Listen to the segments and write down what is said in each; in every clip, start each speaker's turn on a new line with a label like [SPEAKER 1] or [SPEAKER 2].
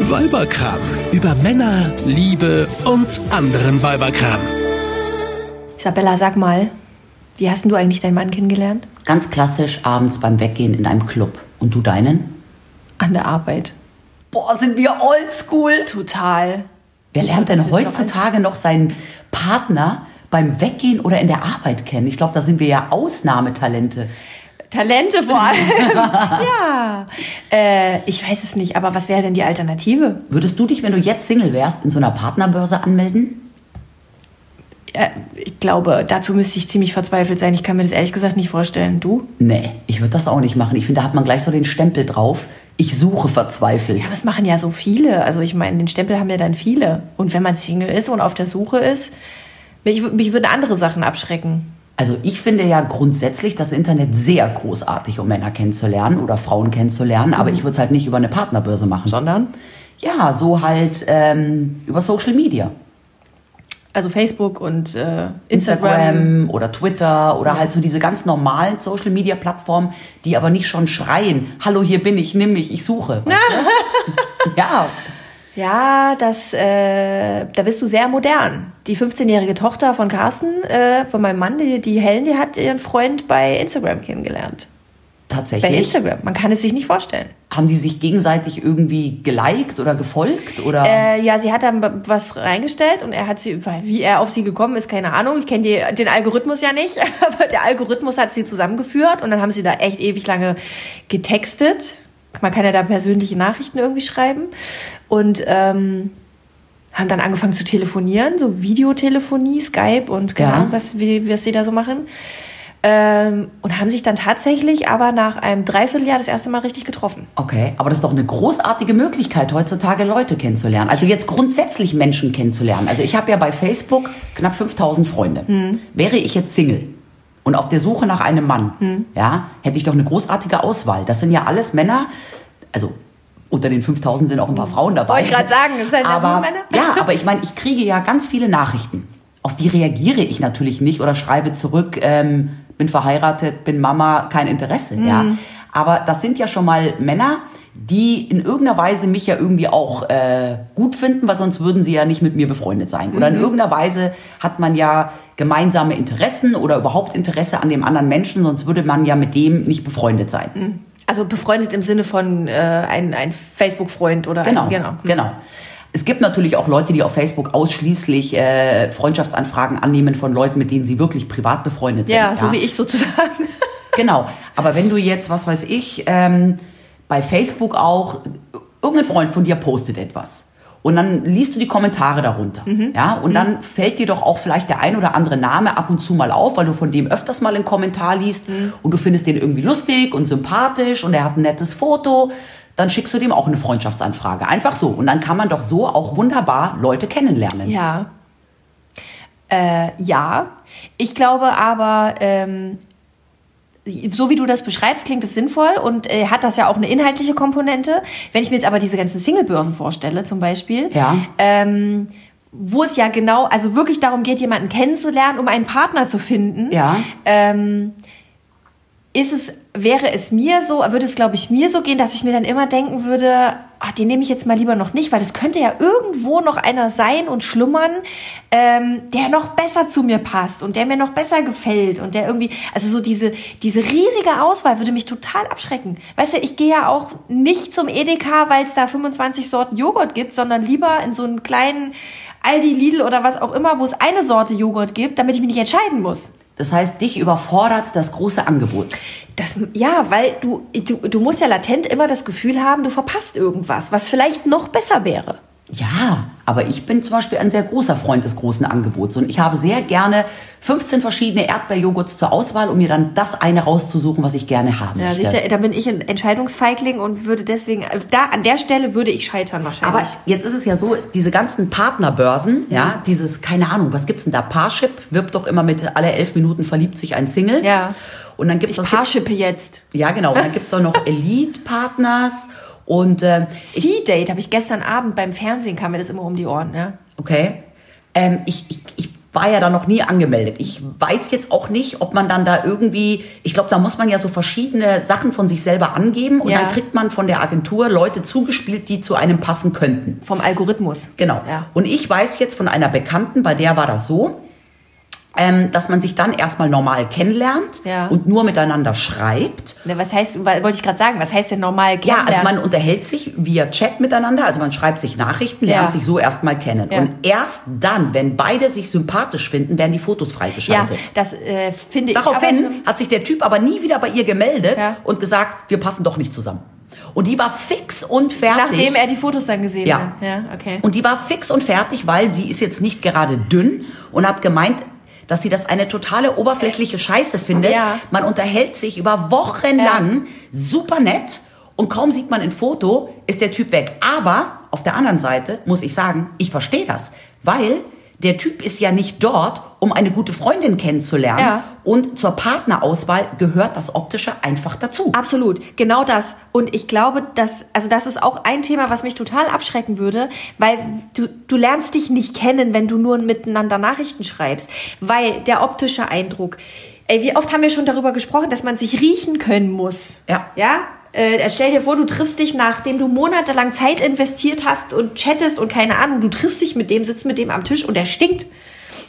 [SPEAKER 1] Weiberkram. Über Männer, Liebe und anderen Weiberkram.
[SPEAKER 2] Isabella, sag mal, wie hast denn du eigentlich deinen Mann kennengelernt?
[SPEAKER 3] Ganz klassisch abends beim Weggehen in einem Club. Und du deinen?
[SPEAKER 2] An der Arbeit.
[SPEAKER 3] Boah, sind wir oldschool.
[SPEAKER 2] Total.
[SPEAKER 3] Wer
[SPEAKER 2] Ich glaub, das
[SPEAKER 3] lernt denn
[SPEAKER 2] wissen doch
[SPEAKER 3] heutzutage noch seinen Partner beim Weggehen oder in der Arbeit kennen? Ich glaube, da sind wir ja Ausnahmetalente.
[SPEAKER 2] Talente vor allem. ja. Äh, ich weiß es nicht, aber was wäre denn die Alternative?
[SPEAKER 3] Würdest du dich, wenn du jetzt Single wärst, in so einer Partnerbörse anmelden?
[SPEAKER 2] Äh, ich glaube, dazu müsste ich ziemlich verzweifelt sein. Ich kann mir das ehrlich gesagt nicht vorstellen. Du?
[SPEAKER 3] Nee, ich würde das auch nicht machen. Ich finde, da hat man gleich so den Stempel drauf. Ich suche verzweifelt.
[SPEAKER 2] Ja, das machen ja so viele. Also ich meine, den Stempel haben ja dann viele. Und wenn man Single ist und auf der Suche ist, mich, mich würden andere Sachen abschrecken.
[SPEAKER 3] Also ich finde ja grundsätzlich das Internet sehr großartig, um Männer kennenzulernen oder Frauen kennenzulernen. Aber ich würde es halt nicht über eine Partnerbörse machen.
[SPEAKER 2] Mhm. Sondern?
[SPEAKER 3] Ja, so halt ähm, über Social Media.
[SPEAKER 2] Also Facebook und äh, Instagram.
[SPEAKER 3] Instagram oder Twitter oder halt so diese ganz normalen Social Media Plattformen, die aber nicht schon schreien, hallo, hier bin ich, nimm mich, ich suche. Weißt du? ja,
[SPEAKER 2] Ja, das, äh, da bist du sehr modern. Die 15-jährige Tochter von Carsten, äh, von meinem Mann, die, die Helen, die hat ihren Freund bei Instagram kennengelernt. Bei
[SPEAKER 3] tatsächlich.
[SPEAKER 2] Instagram. Man kann es sich nicht vorstellen.
[SPEAKER 3] Haben die sich gegenseitig irgendwie geliked oder gefolgt oder?
[SPEAKER 2] Äh, ja, sie hat dann b- was reingestellt und er hat sie, weil- wie er auf sie gekommen ist, keine Ahnung. Ich kenne die- den Algorithmus ja nicht, aber der Algorithmus hat sie zusammengeführt und dann haben sie da echt ewig lange getextet. Man kann ja da persönliche Nachrichten irgendwie schreiben und ähm, haben dann angefangen zu telefonieren, so Videotelefonie, Skype und keine
[SPEAKER 3] Ja.
[SPEAKER 2] Ahnung, was, wie, was sie da so machen. Ähm, und haben sich dann tatsächlich aber nach einem Dreivierteljahr das erste Mal richtig getroffen.
[SPEAKER 3] Okay, aber das ist doch eine großartige Möglichkeit, heutzutage Leute kennenzulernen. Also jetzt grundsätzlich Menschen kennenzulernen. Also ich habe ja bei Facebook knapp 5000 Freunde.
[SPEAKER 2] Hm.
[SPEAKER 3] Wäre ich jetzt Single und auf der Suche nach einem Mann,
[SPEAKER 2] Hm.
[SPEAKER 3] ja, hätte ich doch eine großartige Auswahl. Das sind ja alles Männer, also unter den 5000 sind auch ein paar Frauen dabei.
[SPEAKER 2] Wollte ich grad sagen, sind das
[SPEAKER 3] aber,
[SPEAKER 2] nur Männer?
[SPEAKER 3] Ja, aber ich meine, ich kriege ja ganz viele Nachrichten. Auf die reagiere ich natürlich nicht oder schreibe zurück, ähm, bin verheiratet, bin Mama, kein Interesse. Ja. Aber das sind ja schon mal Männer, die in irgendeiner Weise mich ja irgendwie auch äh, gut finden, weil sonst würden sie ja nicht mit mir befreundet sein. Oder in irgendeiner Weise hat man ja gemeinsame Interessen oder überhaupt Interesse an dem anderen Menschen, sonst würde man ja mit dem nicht befreundet sein.
[SPEAKER 2] Also befreundet im Sinne von äh, ein, ein Facebook-Freund oder
[SPEAKER 3] Genau,
[SPEAKER 2] ein,
[SPEAKER 3] genau, genau. Es gibt natürlich auch Leute, die auf Facebook ausschließlich äh, Freundschaftsanfragen annehmen von Leuten, mit denen sie wirklich privat befreundet sind.
[SPEAKER 2] Ja, so wie ich sozusagen.
[SPEAKER 3] Genau. Aber wenn du jetzt, was weiß ich, ähm, bei Facebook auch, äh, irgendein Freund von dir postet etwas. Und dann liest du die Kommentare darunter. Ja, und dann fällt dir doch auch vielleicht der ein oder andere Name ab und zu mal auf, weil du von dem öfters mal einen Kommentar liest und du findest den irgendwie lustig und sympathisch und er hat ein nettes Foto. Dann schickst du dem auch eine Freundschaftsanfrage. Einfach so. Und dann kann man doch so auch wunderbar Leute kennenlernen.
[SPEAKER 2] Ja. Äh, ja. Ich glaube aber, ähm, so wie du das beschreibst, klingt es sinnvoll und äh, hat das ja auch eine inhaltliche Komponente. Wenn ich mir jetzt aber diese ganzen Singlebörsen vorstelle, zum Beispiel,
[SPEAKER 3] Ja.
[SPEAKER 2] ähm, wo es ja genau, also wirklich darum geht, jemanden kennenzulernen, um einen Partner zu finden.
[SPEAKER 3] Ja.
[SPEAKER 2] Ähm, ist es, wäre es mir so, würde es, glaube ich, mir so gehen, dass ich mir dann immer denken würde, ach, den nehme ich jetzt mal lieber noch nicht, weil das könnte ja irgendwo noch einer sein und schlummern, ähm, der noch besser zu mir passt und der mir noch besser gefällt und der irgendwie, also so diese, diese riesige Auswahl würde mich total abschrecken. Weißt du, ich gehe ja auch nicht zum Edeka, weil es da 25 Sorten Joghurt gibt, sondern lieber in so einen kleinen Aldi, Lidl oder was auch immer, wo es eine Sorte Joghurt gibt, damit ich mich nicht entscheiden muss.
[SPEAKER 3] Das heißt, dich überfordert das große Angebot.
[SPEAKER 2] Das, ja, weil du, du, du musst ja latent immer das Gefühl haben, du verpasst irgendwas, was vielleicht noch besser wäre.
[SPEAKER 3] Ja, aber ich bin zum Beispiel ein sehr großer Freund des großen Angebots und ich habe sehr gerne 15 verschiedene Erdbeerjoghurts zur Auswahl, um mir dann das eine rauszusuchen, was ich gerne haben
[SPEAKER 2] Ja,
[SPEAKER 3] möchte.
[SPEAKER 2] siehst du, da bin ich ein Entscheidungsfeigling und würde deswegen, also da, an der Stelle würde ich scheitern
[SPEAKER 3] aber
[SPEAKER 2] wahrscheinlich.
[SPEAKER 3] jetzt ist es ja so, diese ganzen Partnerbörsen, ja, dieses, keine Ahnung, was gibt's denn da? Parship wirbt doch immer mit alle elf Minuten verliebt sich ein Single.
[SPEAKER 2] Ja.
[SPEAKER 3] Und dann gibt's
[SPEAKER 2] ich
[SPEAKER 3] doch-
[SPEAKER 2] Paarschippe jetzt.
[SPEAKER 3] Ja, genau. Und dann gibt's doch noch Elite-Partners und äh,
[SPEAKER 2] Sea-Date habe ich gestern Abend beim Fernsehen, kam mir das immer um die Ohren, ne?
[SPEAKER 3] Okay. Ähm, ich, ich, ich war ja da noch nie angemeldet. Ich weiß jetzt auch nicht, ob man dann da irgendwie, ich glaube, da muss man ja so verschiedene Sachen von sich selber angeben und
[SPEAKER 2] Ja.
[SPEAKER 3] dann kriegt man von der Agentur Leute zugespielt, die zu einem passen könnten.
[SPEAKER 2] Vom Algorithmus.
[SPEAKER 3] Genau.
[SPEAKER 2] Ja.
[SPEAKER 3] Und ich weiß jetzt von einer Bekannten, bei der war das so, ähm, dass man sich dann erstmal normal kennenlernt
[SPEAKER 2] Ja.
[SPEAKER 3] und nur miteinander schreibt.
[SPEAKER 2] Na, Ne, was heißt, wa- wollte ich gerade sagen, was heißt denn normal
[SPEAKER 3] Ja,
[SPEAKER 2] kennenlernen?
[SPEAKER 3] also man unterhält sich via Chat miteinander, also man schreibt sich Nachrichten,
[SPEAKER 2] Ja.
[SPEAKER 3] lernt sich so erstmal kennen.
[SPEAKER 2] Ja.
[SPEAKER 3] Und erst dann, wenn beide sich sympathisch finden, werden die Fotos
[SPEAKER 2] ja,
[SPEAKER 3] freigeschaltet.
[SPEAKER 2] das äh, finde ich. aber
[SPEAKER 3] Daraufhin
[SPEAKER 2] schon-
[SPEAKER 3] hat sich der Typ aber nie wieder bei ihr gemeldet
[SPEAKER 2] Ja.
[SPEAKER 3] und gesagt, wir passen doch nicht zusammen. Und die war fix und fertig.
[SPEAKER 2] Nachdem er die Fotos dann gesehen
[SPEAKER 3] Ja.
[SPEAKER 2] hat. Ja, okay.
[SPEAKER 3] Und die war fix und fertig, weil sie ist jetzt nicht gerade dünn und hat gemeint, dass sie das eine totale oberflächliche Scheiße findet.
[SPEAKER 2] Ja.
[SPEAKER 3] Man unterhält sich über Wochen
[SPEAKER 2] Ja.
[SPEAKER 3] lang super nett und kaum sieht man ein Foto, ist der Typ weg. Aber auf der anderen Seite muss ich sagen, ich verstehe das, weil der Typ ist ja nicht dort, um eine gute Freundin kennenzulernen.
[SPEAKER 2] Ja.
[SPEAKER 3] Und zur Partnerauswahl gehört das Optische einfach dazu.
[SPEAKER 2] Absolut, genau das. Und ich glaube, dass, also das ist auch ein Thema, was mich total abschrecken würde, weil du, du lernst dich nicht kennen, wenn du nur miteinander Nachrichten schreibst, weil der optische Eindruck, ey, wie oft haben wir schon darüber gesprochen, dass man sich riechen können muss.
[SPEAKER 3] Ja.
[SPEAKER 2] Ja? Äh, stell dir vor, du triffst dich, nachdem du monatelang Zeit investiert hast und chattest und keine Ahnung, du triffst dich mit dem, sitzt mit dem am Tisch und er stinkt.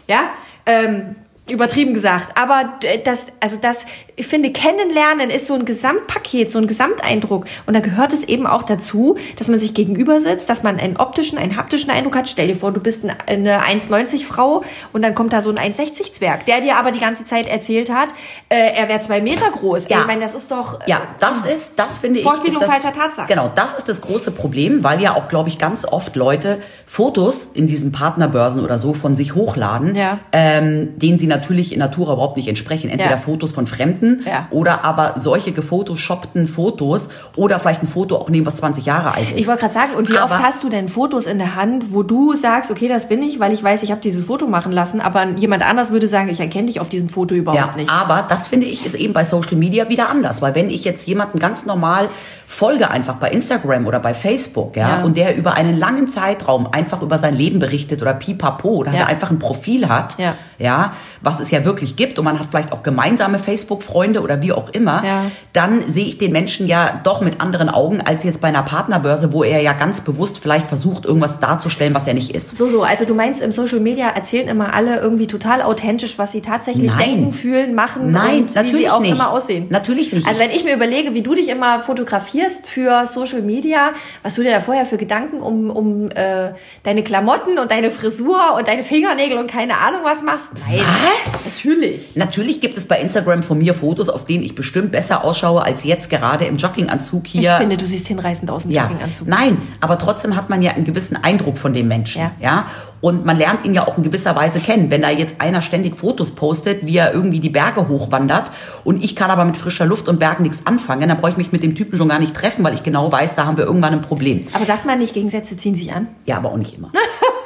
[SPEAKER 2] Ja, ähm, übertrieben gesagt. Aber d- das, also das, ich finde, kennenlernen ist so ein Gesamtpaket, so ein Gesamteindruck. Und da gehört es eben auch dazu, dass man sich gegenüber sitzt, dass man einen optischen, einen haptischen Eindruck hat. Stell dir vor, du bist ein- eine 1,90 Frau und dann kommt da so ein 1,60 Zwerg, der dir aber die ganze Zeit erzählt hat, äh, er wäre zwei Meter groß.
[SPEAKER 3] Ja.
[SPEAKER 2] Ich meine, das ist doch. äh,
[SPEAKER 3] Ja, das ist, das finde ich.
[SPEAKER 2] Vorspielung
[SPEAKER 3] ist das,
[SPEAKER 2] falscher Tatsachen.
[SPEAKER 3] Genau, das ist das große Problem, weil ja auch, glaube ich, ganz oft Leute Fotos in diesen Partnerbörsen oder so von sich hochladen,
[SPEAKER 2] Ja.
[SPEAKER 3] ähm, denen sie natürlich in Natura überhaupt nicht entsprechen. Entweder
[SPEAKER 2] Ja.
[SPEAKER 3] Fotos von Fremden
[SPEAKER 2] Ja.
[SPEAKER 3] oder aber solche gefotoshoppten Fotos oder vielleicht ein Foto auch nehmen, was 20 Jahre alt ist.
[SPEAKER 2] Ich wollte gerade sagen, und wie
[SPEAKER 3] Aber-
[SPEAKER 2] oft hast du denn Fotos in der Hand, wo du sagst, okay, das bin ich, weil ich weiß, ich habe dieses Foto machen lassen, aber jemand anders würde sagen, ich erkenne dich auf diesem Foto überhaupt
[SPEAKER 3] ja, ah.
[SPEAKER 2] nicht.
[SPEAKER 3] aber das finde ich ist eben bei Social Media wieder anders, weil wenn ich jetzt jemanden ganz normal folge einfach bei Instagram oder bei Facebook, ja,
[SPEAKER 2] Ja.
[SPEAKER 3] und der über einen langen Zeitraum einfach über sein Leben berichtet oder pipapo oder
[SPEAKER 2] Ja.
[SPEAKER 3] der einfach ein Profil hat,
[SPEAKER 2] Ja.
[SPEAKER 3] ja, was es ja wirklich gibt und man hat vielleicht auch gemeinsame Facebook Freunde oder wie auch immer,
[SPEAKER 2] Ja.
[SPEAKER 3] dann sehe ich den Menschen ja doch mit anderen Augen als jetzt bei einer Partnerbörse, wo er ja ganz bewusst vielleicht versucht irgendwas darzustellen, was er nicht ist.
[SPEAKER 2] So, so, also du meinst, im Social Media erzählen immer alle irgendwie total authentisch, was sie tatsächlich
[SPEAKER 3] Nein.
[SPEAKER 2] denken, fühlen, machen
[SPEAKER 3] Nein,
[SPEAKER 2] und wie
[SPEAKER 3] natürlich
[SPEAKER 2] sie auch
[SPEAKER 3] nicht.
[SPEAKER 2] immer aussehen.
[SPEAKER 3] Natürlich nicht.
[SPEAKER 2] Also wenn ich mir überlege, wie du dich immer fotografierst für Social Media, was du dir da vorher für Gedanken um, um äh, deine Klamotten und deine Frisur und deine Fingernägel und keine Ahnung was machst. Nein.
[SPEAKER 3] Was?
[SPEAKER 2] Natürlich.
[SPEAKER 3] Natürlich gibt es bei Instagram von mir Fotos, auf denen ich bestimmt besser ausschaue als jetzt gerade im Jogginganzug
[SPEAKER 2] Ich
[SPEAKER 3] hier.
[SPEAKER 2] finde, du siehst hinreißend aus dem
[SPEAKER 3] ja,
[SPEAKER 2] Jogginganzug.
[SPEAKER 3] nein, aber trotzdem hat man ja einen gewissen Eindruck von dem Menschen, ja.
[SPEAKER 2] Ja.
[SPEAKER 3] Und man lernt ihn ja auch in gewisser Weise kennen. Wenn da jetzt einer ständig Fotos postet, wie er irgendwie die Berge hochwandert und ich kann aber mit frischer Luft und Bergen nichts anfangen, dann brauche ich mich mit dem Typen schon gar nicht treffen, weil ich genau weiß, da haben wir irgendwann ein Problem.
[SPEAKER 2] Aber sagt man nicht, Gegensätze ziehen sich an?
[SPEAKER 3] Ja, aber auch nicht immer.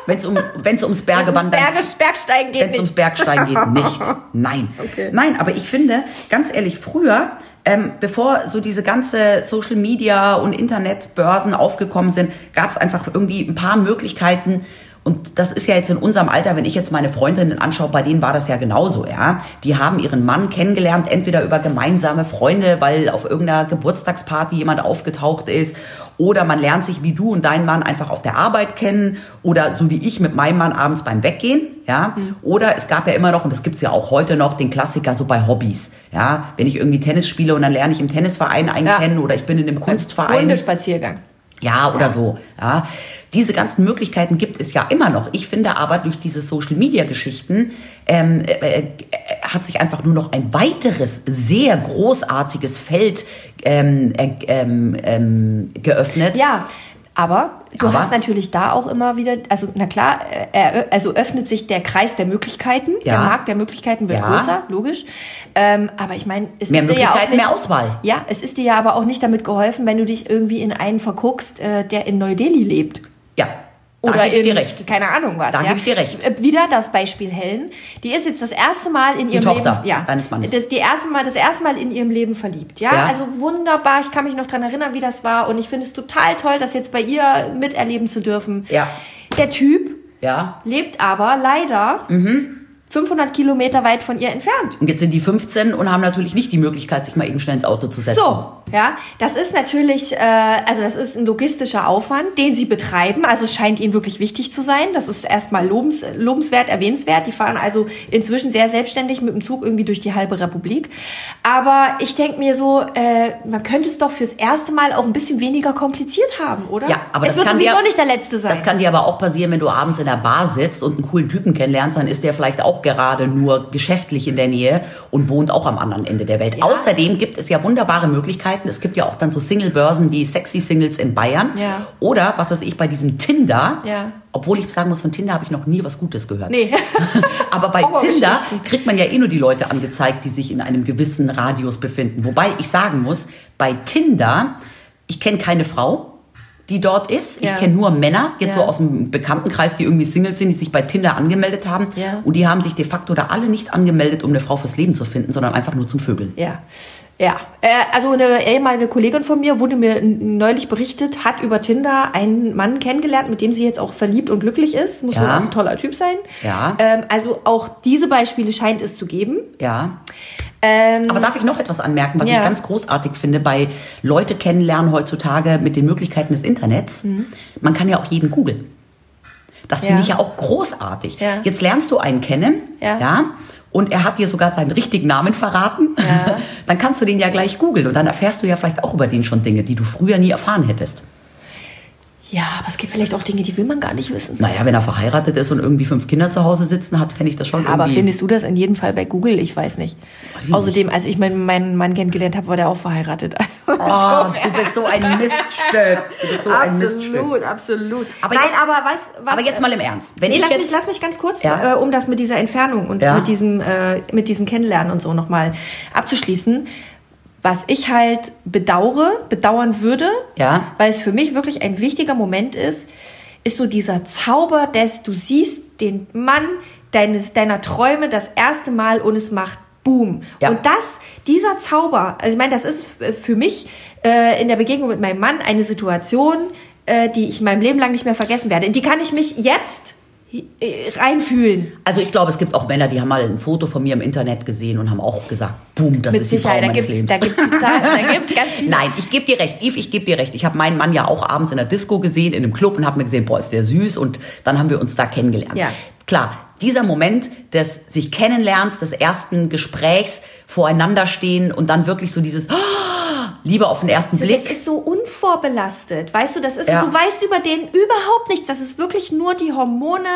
[SPEAKER 3] Wenn es um, wenn's ums
[SPEAKER 2] Wenn's ums
[SPEAKER 3] Bergewandern
[SPEAKER 2] Berge, Bergsteigen geht
[SPEAKER 3] wenn es
[SPEAKER 2] nicht.
[SPEAKER 3] ums Bergsteigen geht, nicht. Nein. Nein, aber ich finde, ganz ehrlich, früher, ähm, bevor so diese ganze Social Media und Internetbörsen aufgekommen sind, gab es einfach irgendwie ein paar Möglichkeiten. Und das ist ja jetzt in unserem Alter, wenn ich jetzt meine Freundinnen anschaue, bei denen war das ja genauso, ja. Die haben ihren Mann kennengelernt, entweder über gemeinsame Freunde, weil auf irgendeiner Geburtstagsparty jemand aufgetaucht ist, oder man lernt sich wie du und dein Mann einfach auf der Arbeit kennen, oder so wie ich mit meinem Mann abends beim Weggehen, ja. Oder es gab ja immer noch, und das gibt's ja auch heute noch, den Klassiker so bei Hobbys, ja. Wenn ich irgendwie Tennis spiele und dann lerne ich im Tennisverein einen
[SPEAKER 2] Ja.
[SPEAKER 3] kennen oder ich bin in einem Kunstverein.
[SPEAKER 2] Hundespaziergang.
[SPEAKER 3] Ja, oder so. Ja. Diese ganzen Möglichkeiten gibt es ja immer noch. Ich finde aber durch diese Social-Media-Geschichten ähm, äh, äh, hat sich einfach nur noch ein weiteres, sehr großartiges Feld ähm, äh, ähm, ähm, geöffnet.
[SPEAKER 2] Ja, aber du
[SPEAKER 3] Aber-
[SPEAKER 2] hast natürlich da auch immer wieder, also na klar, äh, er, also öffnet sich der Kreis der Möglichkeiten,
[SPEAKER 3] Ja.
[SPEAKER 2] der Markt der Möglichkeiten wird
[SPEAKER 3] Ja.
[SPEAKER 2] größer, logisch. Ähm, aber ich meine, es
[SPEAKER 3] Mehr
[SPEAKER 2] ist dir ja auch
[SPEAKER 3] Möglichkeiten,
[SPEAKER 2] nicht,
[SPEAKER 3] mehr Auswahl.
[SPEAKER 2] Ja, es ist dir ja aber auch nicht damit geholfen, wenn du dich irgendwie in einen verguckst, äh, der in Neu-Delhi lebt.
[SPEAKER 3] Ja, da
[SPEAKER 2] Oder
[SPEAKER 3] gebe ich
[SPEAKER 2] in,
[SPEAKER 3] dir recht.
[SPEAKER 2] Keine Ahnung was.
[SPEAKER 3] Da
[SPEAKER 2] ja.
[SPEAKER 3] gebe ich dir recht.
[SPEAKER 2] Äh, Wieder das Beispiel Helen. Die ist jetzt das erste Mal in ihrem
[SPEAKER 3] Tochter
[SPEAKER 2] Leben. Ja,
[SPEAKER 3] deines Mannes.
[SPEAKER 2] Das, die erste Mal, das erste Mal in ihrem Leben verliebt. Ja?
[SPEAKER 3] Ja.
[SPEAKER 2] also wunderbar. Ich kann mich noch dran erinnern, wie das war. Und ich finde es total toll, das jetzt bei ihr miterleben zu dürfen.
[SPEAKER 3] Ja.
[SPEAKER 2] Der Typ
[SPEAKER 3] Ja, Mhm.
[SPEAKER 2] lebt aber leider 500 Kilometer weit von ihr entfernt.
[SPEAKER 3] Und jetzt sind die 15 und haben natürlich nicht die Möglichkeit, sich mal eben schnell ins Auto zu setzen.
[SPEAKER 2] So, ja, das ist natürlich, äh, also das ist ein logistischer Aufwand, den sie betreiben. Also es scheint ihnen wirklich wichtig zu sein. Das ist erstmal lobens, lobenswert, erwähnenswert. Die fahren also inzwischen sehr selbstständig mit dem Zug irgendwie durch die halbe Republik. Aber ich denke mir so, äh, man könnte es doch fürs erste Mal auch ein bisschen weniger kompliziert haben, oder?
[SPEAKER 3] Ja, aber
[SPEAKER 2] es
[SPEAKER 3] das
[SPEAKER 2] wird
[SPEAKER 3] kann
[SPEAKER 2] sowieso
[SPEAKER 3] dir-
[SPEAKER 2] nicht der letzte sein.
[SPEAKER 3] Das kann dir aber auch passieren, wenn du abends in der Bar sitzt und einen coolen Typen kennenlernst, dann ist der vielleicht auch gerade nur geschäftlich in der Nähe und wohnt auch am anderen Ende der Welt. Außerdem gibt es ja wunderbare Möglichkeiten. Es gibt ja auch dann so Singlebörsen wie Sexy Singles in Bayern.
[SPEAKER 2] Ja.
[SPEAKER 3] Oder, was weiß ich, bei diesem Tinder.
[SPEAKER 2] Ja.
[SPEAKER 3] Obwohl ich sagen muss, von Tinder habe ich noch nie was Gutes gehört.
[SPEAKER 2] Nee.
[SPEAKER 3] Aber bei
[SPEAKER 2] Aber
[SPEAKER 3] Tinder
[SPEAKER 2] Geschichten.
[SPEAKER 3] kriegt man ja eh nur die Leute angezeigt, die sich in einem gewissen Radius befinden. Wobei ich sagen muss, bei Tinder, ich kenne keine Frau, die dort ist.
[SPEAKER 2] Ja.
[SPEAKER 3] Ich kenne nur Männer, jetzt
[SPEAKER 2] Ja.
[SPEAKER 3] so aus dem Bekanntenkreis, die irgendwie Singles sind, die sich bei Tinder angemeldet haben.
[SPEAKER 2] Ja.
[SPEAKER 3] Und die haben sich de facto da alle nicht angemeldet, um eine Frau fürs Leben zu finden, sondern einfach nur zum Vögeln.
[SPEAKER 2] Ja. Ja, äh, also eine ehemalige Kollegin von mir wurde mir n- neulich berichtet, hat über Tinder einen Mann kennengelernt, mit dem sie jetzt auch verliebt und glücklich ist. Muss
[SPEAKER 3] Ja.
[SPEAKER 2] wohl auch ein toller Typ sein.
[SPEAKER 3] Ja.
[SPEAKER 2] Ähm, also auch diese Beispiele scheint es zu geben.
[SPEAKER 3] Ja.
[SPEAKER 2] Ähm,
[SPEAKER 3] Aber darf ich noch etwas anmerken, was
[SPEAKER 2] Ja.
[SPEAKER 3] ich ganz großartig finde bei Leute kennenlernen heutzutage mit den Möglichkeiten des Internets? Man kann ja auch jeden googeln. Das
[SPEAKER 2] Mhm. Ja.
[SPEAKER 3] finde ich ja auch großartig.
[SPEAKER 2] Ja.
[SPEAKER 3] Jetzt lernst du einen kennen,
[SPEAKER 2] Ja.
[SPEAKER 3] und er hat dir sogar seinen richtigen Namen verraten.
[SPEAKER 2] Ja.
[SPEAKER 3] Dann kannst du den ja gleich googeln und dann erfährst du ja vielleicht auch über den schon Dinge, die du früher nie erfahren hättest.
[SPEAKER 2] ja, aber es gibt vielleicht auch Dinge, die will man gar nicht wissen.
[SPEAKER 3] Naja, wenn er verheiratet ist und irgendwie fünf Kinder zu Hause sitzen hat, fände ich das schon
[SPEAKER 2] Aber
[SPEAKER 3] irgendwie.
[SPEAKER 2] findest du das in jedem Fall bei Google? Ich weiß nicht.
[SPEAKER 3] Weiß ich
[SPEAKER 2] Außerdem, als ich meinen, meinen Mann kennengelernt habe, war der auch verheiratet. Also,
[SPEAKER 3] oh, du bist so ein Miststück. Du bist so ein Miststück.
[SPEAKER 2] absolut.
[SPEAKER 3] Aber
[SPEAKER 2] Nein,
[SPEAKER 3] jetzt-
[SPEAKER 2] aber weißt was,
[SPEAKER 3] Aber jetzt mal im Ernst. Wenn
[SPEAKER 2] Nee,
[SPEAKER 3] ich
[SPEAKER 2] lass,
[SPEAKER 3] jetzt
[SPEAKER 2] mich, lass mich ganz kurz,
[SPEAKER 3] Ja.
[SPEAKER 2] äh, um das mit dieser Entfernung und
[SPEAKER 3] Ja.
[SPEAKER 2] mit, diesem, äh, mit diesem Kennenlernen und so nochmal abzuschließen. Was ich halt bedauere, bedauern würde,
[SPEAKER 3] Ja.
[SPEAKER 2] weil es für mich wirklich ein wichtiger Moment ist, ist so dieser Zauber, dass du siehst den Mann deines, deiner Träume das erste Mal und es macht Boom.
[SPEAKER 3] Ja.
[SPEAKER 2] Und das, dieser Zauber, also ich meine, das ist f- für mich äh, in der Begegnung mit meinem Mann eine Situation, äh, die ich in meinem Leben lang nicht mehr vergessen werde. In die kann ich mich jetzt äh, reinfühlen.
[SPEAKER 3] Also ich glaube, es gibt auch Männer, die haben mal ein Foto von mir im Internet gesehen und haben auch gesagt, boom, das
[SPEAKER 2] Mit
[SPEAKER 3] ist die Frau
[SPEAKER 2] Sicherheit, da
[SPEAKER 3] meines
[SPEAKER 2] gibt's,
[SPEAKER 3] Lebens.
[SPEAKER 2] da gibt's, da, da gibt's ganz viele.
[SPEAKER 3] Nein, ich gebe dir recht, Yves, ich gebe dir recht. Ich habe meinen Mann ja auch abends in der Disco gesehen, in einem Club und habe mir gesehen, boah, ist der süß und dann haben wir uns da kennengelernt.
[SPEAKER 2] Ja.
[SPEAKER 3] Klar, dieser Moment des sich kennenlernens, des ersten Gesprächs, voreinander stehen und dann wirklich so dieses oh, Liebe auf den ersten
[SPEAKER 2] Also Das
[SPEAKER 3] Blick.
[SPEAKER 2] ist so unvorbelastet, weißt du, das ist,
[SPEAKER 3] Ja.
[SPEAKER 2] du weißt über den überhaupt nichts, das ist wirklich nur die Hormone,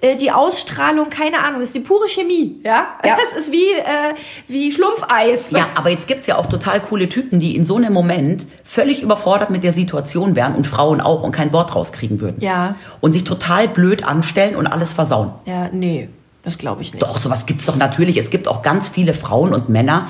[SPEAKER 2] äh, die Ausstrahlung, keine Ahnung, das ist die pure Chemie, ja,
[SPEAKER 3] Ja.
[SPEAKER 2] das ist wie, äh, wie Schlumpfeis.
[SPEAKER 3] Ja, aber jetzt gibt's ja auch total coole Typen, die in so einem Moment völlig überfordert mit der Situation wären und Frauen auch und kein Wort rauskriegen würden.
[SPEAKER 2] Ja.
[SPEAKER 3] Und sich total blöd anstellen und alles versauen.
[SPEAKER 2] Ja, nee, das glaube ich nicht.
[SPEAKER 3] Doch, sowas gibt's doch natürlich. Es gibt auch ganz viele Frauen und Männer,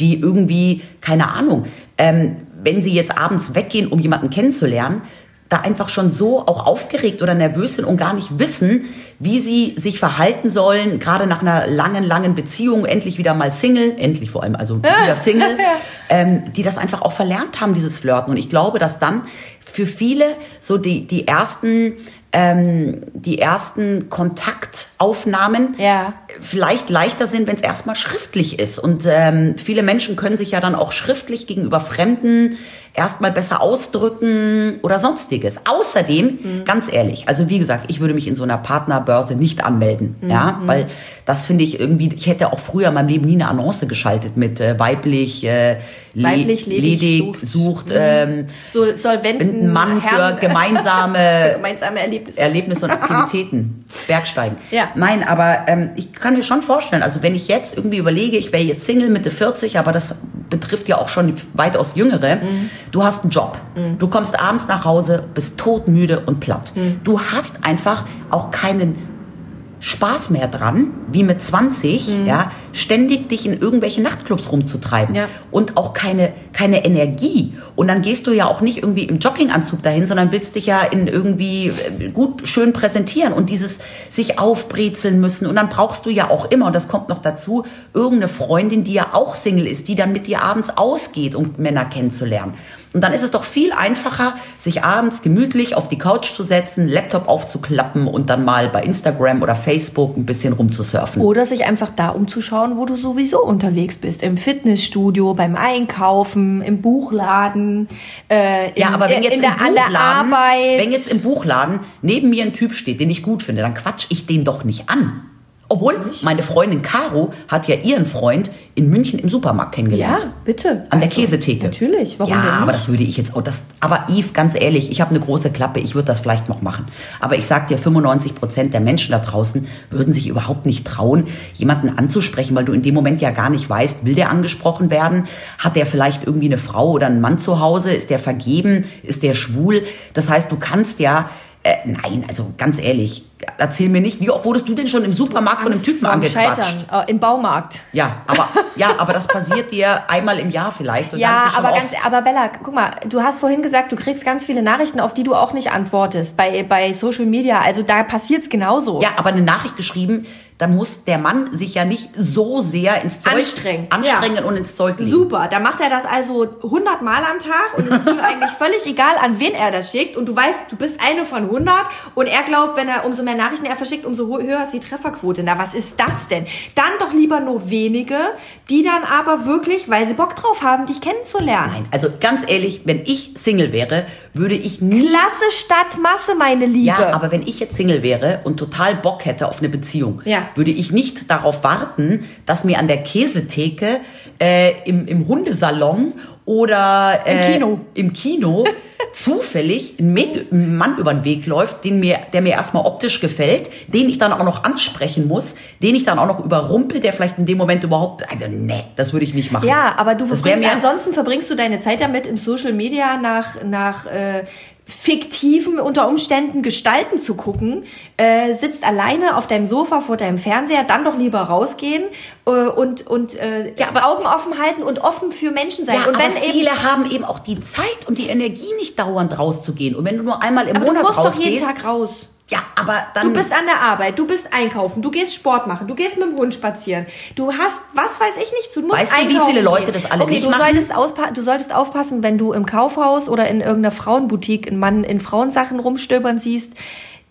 [SPEAKER 3] die irgendwie, keine Ahnung, ähm, wenn sie jetzt abends weggehen, um jemanden kennenzulernen, da einfach schon so auch aufgeregt oder nervös sind und gar nicht wissen, wie sie sich verhalten sollen, gerade nach einer langen, langen Beziehung, endlich wieder mal Single, endlich vor allem, also wieder Single, ähm, die das einfach auch verlernt haben, dieses Flirten. Und ich glaube, dass dann für viele so die, die ersten, ähm, die ersten Kontaktaufnahmen
[SPEAKER 2] Ja.
[SPEAKER 3] vielleicht leichter sind, wenn es erstmal schriftlich ist. Und ähm, viele Menschen können sich ja dann auch schriftlich gegenüber Fremden erstmal besser ausdrücken oder sonstiges. Außerdem,
[SPEAKER 2] Mhm.
[SPEAKER 3] ganz ehrlich, also wie gesagt, ich würde mich in so einer Partnerbörse nicht anmelden,
[SPEAKER 2] Mhm.
[SPEAKER 3] ja, weil das finde ich irgendwie, ich hätte auch früher in meinem Leben nie eine Annonce geschaltet mit äh, weiblich, äh, le-
[SPEAKER 2] Weiblich, ledig sucht. Mhm.
[SPEAKER 3] sucht ähm,
[SPEAKER 2] So solventen
[SPEAKER 3] einen Mann für
[SPEAKER 2] Herren- äh,
[SPEAKER 3] gemeinsame
[SPEAKER 2] gemeinsame Erlebnisse.
[SPEAKER 3] Erlebnisse und Aktivitäten, Bergsteigen.
[SPEAKER 2] Ja.
[SPEAKER 3] Nein, aber ähm, ich kann mir schon vorstellen, also wenn ich jetzt irgendwie überlege, ich wäre jetzt Single Mitte 40, aber das betrifft ja auch schon weitaus Jüngere.
[SPEAKER 2] Mhm.
[SPEAKER 3] Du hast einen Job, du kommst abends nach Hause, bist todmüde und platt.
[SPEAKER 2] Mhm.
[SPEAKER 3] Du hast einfach auch keinen Spaß mehr dran, wie mit 20,
[SPEAKER 2] Mhm.
[SPEAKER 3] ja, ständig dich in irgendwelche Nachtclubs rumzutreiben
[SPEAKER 2] Ja.
[SPEAKER 3] und auch keine, keine Energie. Und dann gehst du ja auch nicht irgendwie im Jogginganzug dahin, sondern willst dich ja in irgendwie äh, gut, schön präsentieren und dieses sich aufbrezeln müssen. Und dann brauchst du ja auch immer, und das kommt noch dazu, irgendeine Freundin, die ja auch Single ist, die dann mit dir abends ausgeht, um Männer kennenzulernen. Und dann ist es doch viel einfacher, sich abends gemütlich auf die Couch zu setzen, Laptop aufzuklappen und dann mal bei Instagram oder Facebook ein bisschen rumzusurfen. surfen.
[SPEAKER 2] Oder sich einfach da umzuschauen, wo du sowieso unterwegs bist. Im Fitnessstudio, beim Einkaufen, im Buchladen, äh,
[SPEAKER 3] ja,
[SPEAKER 2] im-
[SPEAKER 3] aber wenn jetzt
[SPEAKER 2] in der,
[SPEAKER 3] im
[SPEAKER 2] an der
[SPEAKER 3] Buchladen,
[SPEAKER 2] Arbeit.
[SPEAKER 3] wenn jetzt im Buchladen neben mir ein Typ steht, den ich gut finde, dann quatsch ich den doch nicht an. Obwohl meine Freundin Caro hat ja ihren Freund in München im Supermarkt
[SPEAKER 2] ja,
[SPEAKER 3] kennengelernt.
[SPEAKER 2] bitte.
[SPEAKER 3] An der
[SPEAKER 2] Also,
[SPEAKER 3] Käsetheke.
[SPEAKER 2] Natürlich, warum
[SPEAKER 3] ja,
[SPEAKER 2] denn nicht?
[SPEAKER 3] aber das würde ich jetzt auch. Das, aber Yves, ganz ehrlich, ich habe eine große Klappe. Ich würde das vielleicht noch machen. Aber ich sag dir, 95 Prozent der Menschen da draußen würden sich überhaupt nicht trauen, jemanden anzusprechen, weil du in dem Moment ja gar nicht weißt, will der angesprochen werden? Hat der vielleicht irgendwie eine Frau oder einen Mann zu Hause? Ist der vergeben? Ist der schwul? Das heißt, du kannst ja. Äh, nein, also ganz ehrlich, erzähl mir nicht, wie oft wurdest du denn schon im Supermarkt von einem
[SPEAKER 2] Angst
[SPEAKER 3] Typen
[SPEAKER 2] vorm
[SPEAKER 3] angequatscht?
[SPEAKER 2] Scheitern, äh, Im Baumarkt.
[SPEAKER 3] Ja, aber ja, aber das passiert dir einmal im Jahr vielleicht und dann ist
[SPEAKER 2] Ja,
[SPEAKER 3] es schon
[SPEAKER 2] aber
[SPEAKER 3] oft.
[SPEAKER 2] ganz, aber Bella, guck mal, du hast vorhin gesagt, du kriegst ganz viele Nachrichten, auf die du auch nicht antwortest bei, bei Social Media. Also da passiert's genauso.
[SPEAKER 3] Ja, aber eine Nachricht geschrieben, da muss der Mann sich ja nicht so sehr ins Zeug
[SPEAKER 2] Anstrengen,
[SPEAKER 3] anstrengen
[SPEAKER 2] ja.
[SPEAKER 3] und ins Zeug legen.
[SPEAKER 2] Super, da macht er das also 100 Mal am Tag und es ist ihm eigentlich völlig egal, an wen er das schickt. Und du weißt, du bist eine von 100 und er glaubt, wenn er umso mehr Nachrichten er verschickt, umso ho- höher ist die Trefferquote. Na, was ist das denn? Dann doch lieber nur wenige, die dann aber wirklich, weil sie Bock drauf haben, dich kennenzulernen.
[SPEAKER 3] Nein, also ganz ehrlich, wenn ich Single wäre, würde ich nie.
[SPEAKER 2] Klasse statt Masse, meine Liebe.
[SPEAKER 3] Ja, aber wenn ich jetzt Single wäre und total Bock hätte auf eine Beziehung,
[SPEAKER 2] Ja.
[SPEAKER 3] würde ich nicht darauf warten, dass mir an der Käsetheke, äh, im, im Hundesalon oder äh,
[SPEAKER 2] Kino.
[SPEAKER 3] im Kino zufällig ein, Mäd- ein Mann über den Weg läuft, den mir, der mir erstmal optisch gefällt, den ich dann auch noch ansprechen muss, den ich dann auch noch überrumpel, der vielleicht in dem Moment überhaupt, also nee, das würde ich nicht machen.
[SPEAKER 2] Ja, aber du
[SPEAKER 3] Das wär
[SPEAKER 2] verbringst
[SPEAKER 3] mir-
[SPEAKER 2] ansonsten verbringst du deine Zeit damit, im Social Media nach nach äh, fiktiven unter Umständen Gestalten zu gucken, äh, sitzt alleine auf deinem Sofa vor deinem Fernseher, dann doch lieber rausgehen äh, und und äh, ja, aber Augen offen halten und offen für Menschen sein.
[SPEAKER 3] Ja,
[SPEAKER 2] und
[SPEAKER 3] aber
[SPEAKER 2] wenn eben
[SPEAKER 3] viele haben eben auch die Zeit und die Energie nicht dauernd rauszugehen. Und wenn du nur einmal im
[SPEAKER 2] aber du
[SPEAKER 3] Monat
[SPEAKER 2] musst doch
[SPEAKER 3] rausgehst,
[SPEAKER 2] jeden Tag raus.
[SPEAKER 3] ja, aber dann
[SPEAKER 2] Du bist an der Arbeit, du bist einkaufen, du gehst Sport machen, du gehst mit dem Hund spazieren, du hast, was weiß ich nicht, du musst
[SPEAKER 3] Weißt du, wie
[SPEAKER 2] einkaufen
[SPEAKER 3] viele Leute
[SPEAKER 2] gehen.
[SPEAKER 3] das alle
[SPEAKER 2] okay,
[SPEAKER 3] nicht
[SPEAKER 2] du
[SPEAKER 3] machen?
[SPEAKER 2] Solltest auspa- du solltest aufpassen, wenn du im Kaufhaus oder in irgendeiner Frauenboutique einen Mann in Frauensachen rumstöbern siehst,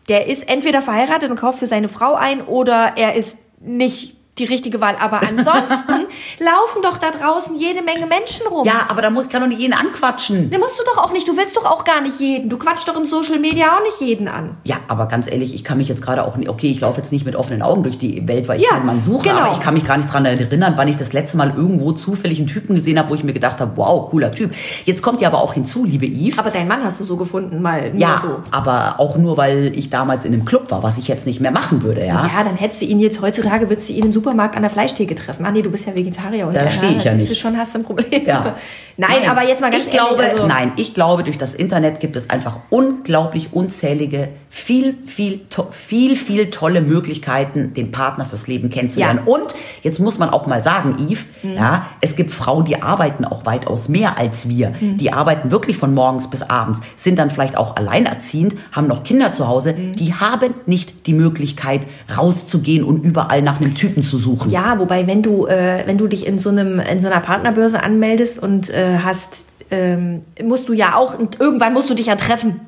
[SPEAKER 2] der ist entweder verheiratet und kauft für seine Frau ein oder er ist nicht die richtige Wahl. Aber ansonsten laufen doch da draußen jede Menge Menschen rum.
[SPEAKER 3] ja, aber da muss kann doch nicht jeden anquatschen.
[SPEAKER 2] Da musst du doch auch nicht, du willst doch auch gar nicht jeden. Du quatschst doch im Social Media auch nicht jeden an.
[SPEAKER 3] Ja, aber ganz ehrlich, ich kann mich jetzt gerade auch nicht, okay, ich laufe jetzt nicht mit offenen Augen durch die Welt, weil ich
[SPEAKER 2] Ja,
[SPEAKER 3] keinen Mann suche,
[SPEAKER 2] genau.
[SPEAKER 3] aber ich kann mich gar nicht dran erinnern, wann ich das letzte Mal irgendwo zufällig einen Typen gesehen habe, wo ich mir gedacht habe, wow, cooler Typ. Jetzt kommt ja aber auch hinzu, liebe Yves.
[SPEAKER 2] Aber deinen Mann hast du so gefunden, mal nur
[SPEAKER 3] ja,
[SPEAKER 2] so.
[SPEAKER 3] aber auch nur, weil ich damals in einem Club war, was ich jetzt nicht mehr machen würde, ja.
[SPEAKER 2] Ja, dann hättest du ihn jetzt heutzutage, würdest du ihn im Supermarkt an der Fleischtheke treffen. Ah nee, du bist ja Vegetarier. Und
[SPEAKER 3] Da
[SPEAKER 2] ja,
[SPEAKER 3] stehe ich ja
[SPEAKER 2] siehst Du
[SPEAKER 3] nicht.
[SPEAKER 2] schon hast du ein Problem.
[SPEAKER 3] Ja.
[SPEAKER 2] Nein, aber jetzt mal ganz
[SPEAKER 3] ich glaube,
[SPEAKER 2] ehrlich, also-
[SPEAKER 3] Nein, ich glaube, durch das Internet gibt es einfach unglaublich unzählige, viel, viel, to viel, viel tolle Möglichkeiten, den Partner fürs Leben kennenzulernen.
[SPEAKER 2] Ja. Mhm.
[SPEAKER 3] Und jetzt muss man auch mal sagen, Yves, ja, es gibt Frauen, die arbeiten auch weitaus mehr als wir.
[SPEAKER 2] Mhm.
[SPEAKER 3] Die arbeiten wirklich von morgens bis abends, sind dann vielleicht auch alleinerziehend, haben noch Kinder zu Hause.
[SPEAKER 2] Mhm.
[SPEAKER 3] Die haben nicht die Möglichkeit, rauszugehen und überall nach einem Typen zu suchen.
[SPEAKER 2] Ja, wobei, wenn du, äh, wenn du dich in so einem, in so einer Partnerbörse anmeldest und äh, hast, ähm, musst du ja auch, irgendwann musst du dich ja treffen.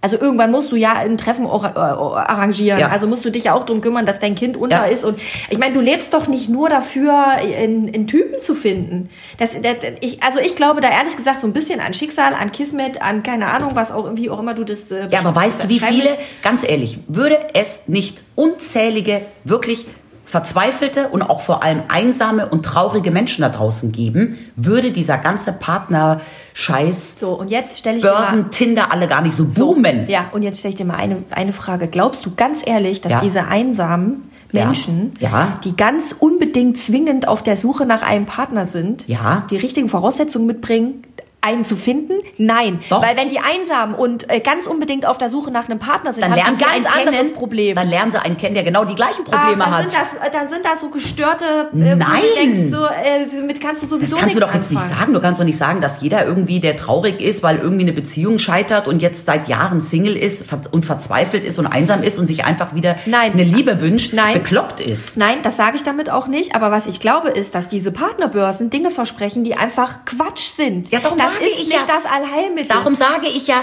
[SPEAKER 2] Also irgendwann musst du ja ein Treffen auch, äh, arrangieren.
[SPEAKER 3] Ja.
[SPEAKER 2] Also musst du dich ja auch drum kümmern, dass dein Kind unter
[SPEAKER 3] Ja.
[SPEAKER 2] ist. Und ich meine, du lebst doch nicht nur dafür, einen einen Typen zu finden. Das, das, ich, also ich glaube da ehrlich gesagt so ein bisschen an Schicksal, an Kismet, an keine Ahnung, was auch irgendwie auch immer du das. Äh,
[SPEAKER 3] Ja, aber weißt du, wie
[SPEAKER 2] beschreiben-
[SPEAKER 3] viele, ganz ehrlich, würde es nicht unzählige, wirklich verzweifelte und auch vor allem einsame und traurige Menschen da draußen geben, würde dieser ganze Partnerscheiß,
[SPEAKER 2] So, und jetzt stelle ich dir mal-
[SPEAKER 3] Börsen, Tinder alle gar nicht so boomen.
[SPEAKER 2] Ja, und jetzt stelle ich dir mal eine, eine Frage. Glaubst du ganz ehrlich, dass
[SPEAKER 3] Ja.
[SPEAKER 2] diese einsamen
[SPEAKER 3] Ja.
[SPEAKER 2] Menschen,
[SPEAKER 3] Ja.
[SPEAKER 2] die ganz unbedingt zwingend auf der Suche nach einem Partner sind,
[SPEAKER 3] Ja.
[SPEAKER 2] die richtigen Voraussetzungen mitbringen, einen zu finden? Nein.
[SPEAKER 3] Doch.
[SPEAKER 2] Weil wenn die einsamen und äh, ganz unbedingt auf der Suche nach einem Partner sind,
[SPEAKER 3] Dann
[SPEAKER 2] haben
[SPEAKER 3] lernen
[SPEAKER 2] die
[SPEAKER 3] sie
[SPEAKER 2] ein
[SPEAKER 3] einen
[SPEAKER 2] ganz anderes
[SPEAKER 3] kennen,
[SPEAKER 2] Problem.
[SPEAKER 3] Dann lernen sie einen kennen, der genau die gleichen
[SPEAKER 2] Ach,
[SPEAKER 3] Probleme
[SPEAKER 2] dann,
[SPEAKER 3] hat.
[SPEAKER 2] sind das, äh, dann sind das so gestörte, äh,
[SPEAKER 3] Nein.
[SPEAKER 2] wo du denkst, so, äh, damit kannst du
[SPEAKER 3] Das
[SPEAKER 2] sowieso
[SPEAKER 3] kannst du
[SPEAKER 2] nichts
[SPEAKER 3] doch jetzt nicht
[SPEAKER 2] anfangen.
[SPEAKER 3] sagen. Du kannst doch nicht sagen, dass jeder irgendwie, der traurig ist, weil irgendwie eine Beziehung scheitert und jetzt seit Jahren Single ist ver- und verzweifelt ist und einsam ist und sich einfach wieder
[SPEAKER 2] Nein.
[SPEAKER 3] eine Liebe wünscht,
[SPEAKER 2] Nein.
[SPEAKER 3] bekloppt ist.
[SPEAKER 2] Nein, das sage ich damit auch nicht. Aber was ich glaube, ist, dass diese Partnerbörsen Dinge versprechen, die einfach Quatsch sind.
[SPEAKER 3] Ja, darum
[SPEAKER 2] das
[SPEAKER 3] sage
[SPEAKER 2] ist
[SPEAKER 3] ich
[SPEAKER 2] nicht
[SPEAKER 3] ja.
[SPEAKER 2] das Allheilmittel.
[SPEAKER 3] Darum sage ich ja,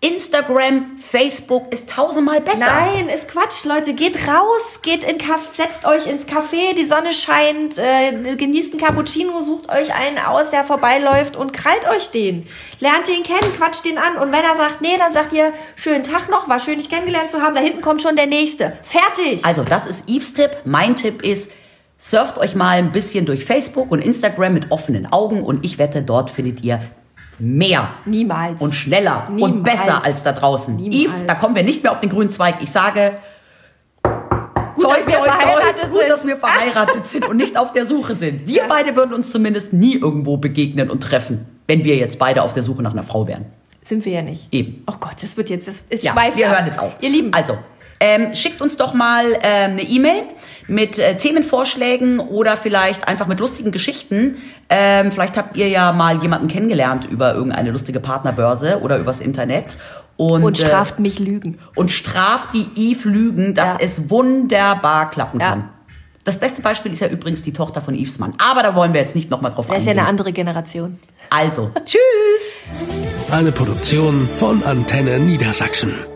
[SPEAKER 3] Instagram, Facebook ist tausendmal besser.
[SPEAKER 2] Nein, ist Quatsch, Leute. Geht raus, geht in Kaff, setzt euch ins Café, die Sonne scheint, äh, genießt einen Cappuccino, sucht euch einen aus, der vorbeiläuft und krallt euch den. Lernt ihn kennen, quatscht den an. Und wenn er sagt, nee, dann sagt ihr, schönen Tag noch, war schön, dich kennengelernt zu haben, da hinten kommt schon der Nächste. Fertig!
[SPEAKER 3] Also, das ist Eves Tipp. Mein Tipp ist, surft euch mal ein bisschen durch Facebook und Instagram mit offenen Augen und ich wette, dort findet ihr mehr
[SPEAKER 2] Niemals.
[SPEAKER 3] und schneller und
[SPEAKER 2] Niemals.
[SPEAKER 3] besser als da draußen.
[SPEAKER 2] Niemals.
[SPEAKER 3] Eve, da kommen wir nicht mehr auf den grünen Zweig. Ich sage,
[SPEAKER 2] Gut, dass wir verheiratet
[SPEAKER 3] gut,
[SPEAKER 2] sind.
[SPEAKER 3] dass wir verheiratet sind und nicht auf der Suche sind. Wir beide würden uns zumindest nie irgendwo begegnen und treffen, wenn wir jetzt beide auf der Suche nach einer Frau wären.
[SPEAKER 2] Sind wir ja nicht.
[SPEAKER 3] Eben.
[SPEAKER 2] Oh Gott, das wird jetzt, das ist
[SPEAKER 3] Ja,
[SPEAKER 2] schweift
[SPEAKER 3] wir
[SPEAKER 2] ab.
[SPEAKER 3] hören jetzt auf.
[SPEAKER 2] Ihr Lieben.
[SPEAKER 3] Also, ähm, schickt uns doch mal ähm, eine E-Mail mit äh, Themenvorschlägen oder vielleicht einfach mit lustigen Geschichten. Ähm, vielleicht habt ihr ja mal jemanden kennengelernt über irgendeine lustige Partnerbörse oder übers Internet. Und,
[SPEAKER 2] und straft mich Lügen.
[SPEAKER 3] Äh, und straft die Eve Lügen, dass
[SPEAKER 2] Ja.
[SPEAKER 3] es wunderbar klappen
[SPEAKER 2] Ja.
[SPEAKER 3] kann. Das beste Beispiel ist ja übrigens die Tochter von Eves Mann. Aber da wollen wir jetzt nicht nochmal drauf
[SPEAKER 2] Das ist ja
[SPEAKER 3] eingehen.
[SPEAKER 2] eine andere Generation.
[SPEAKER 3] also, tschüss!
[SPEAKER 1] Eine Produktion von Antenne Niedersachsen.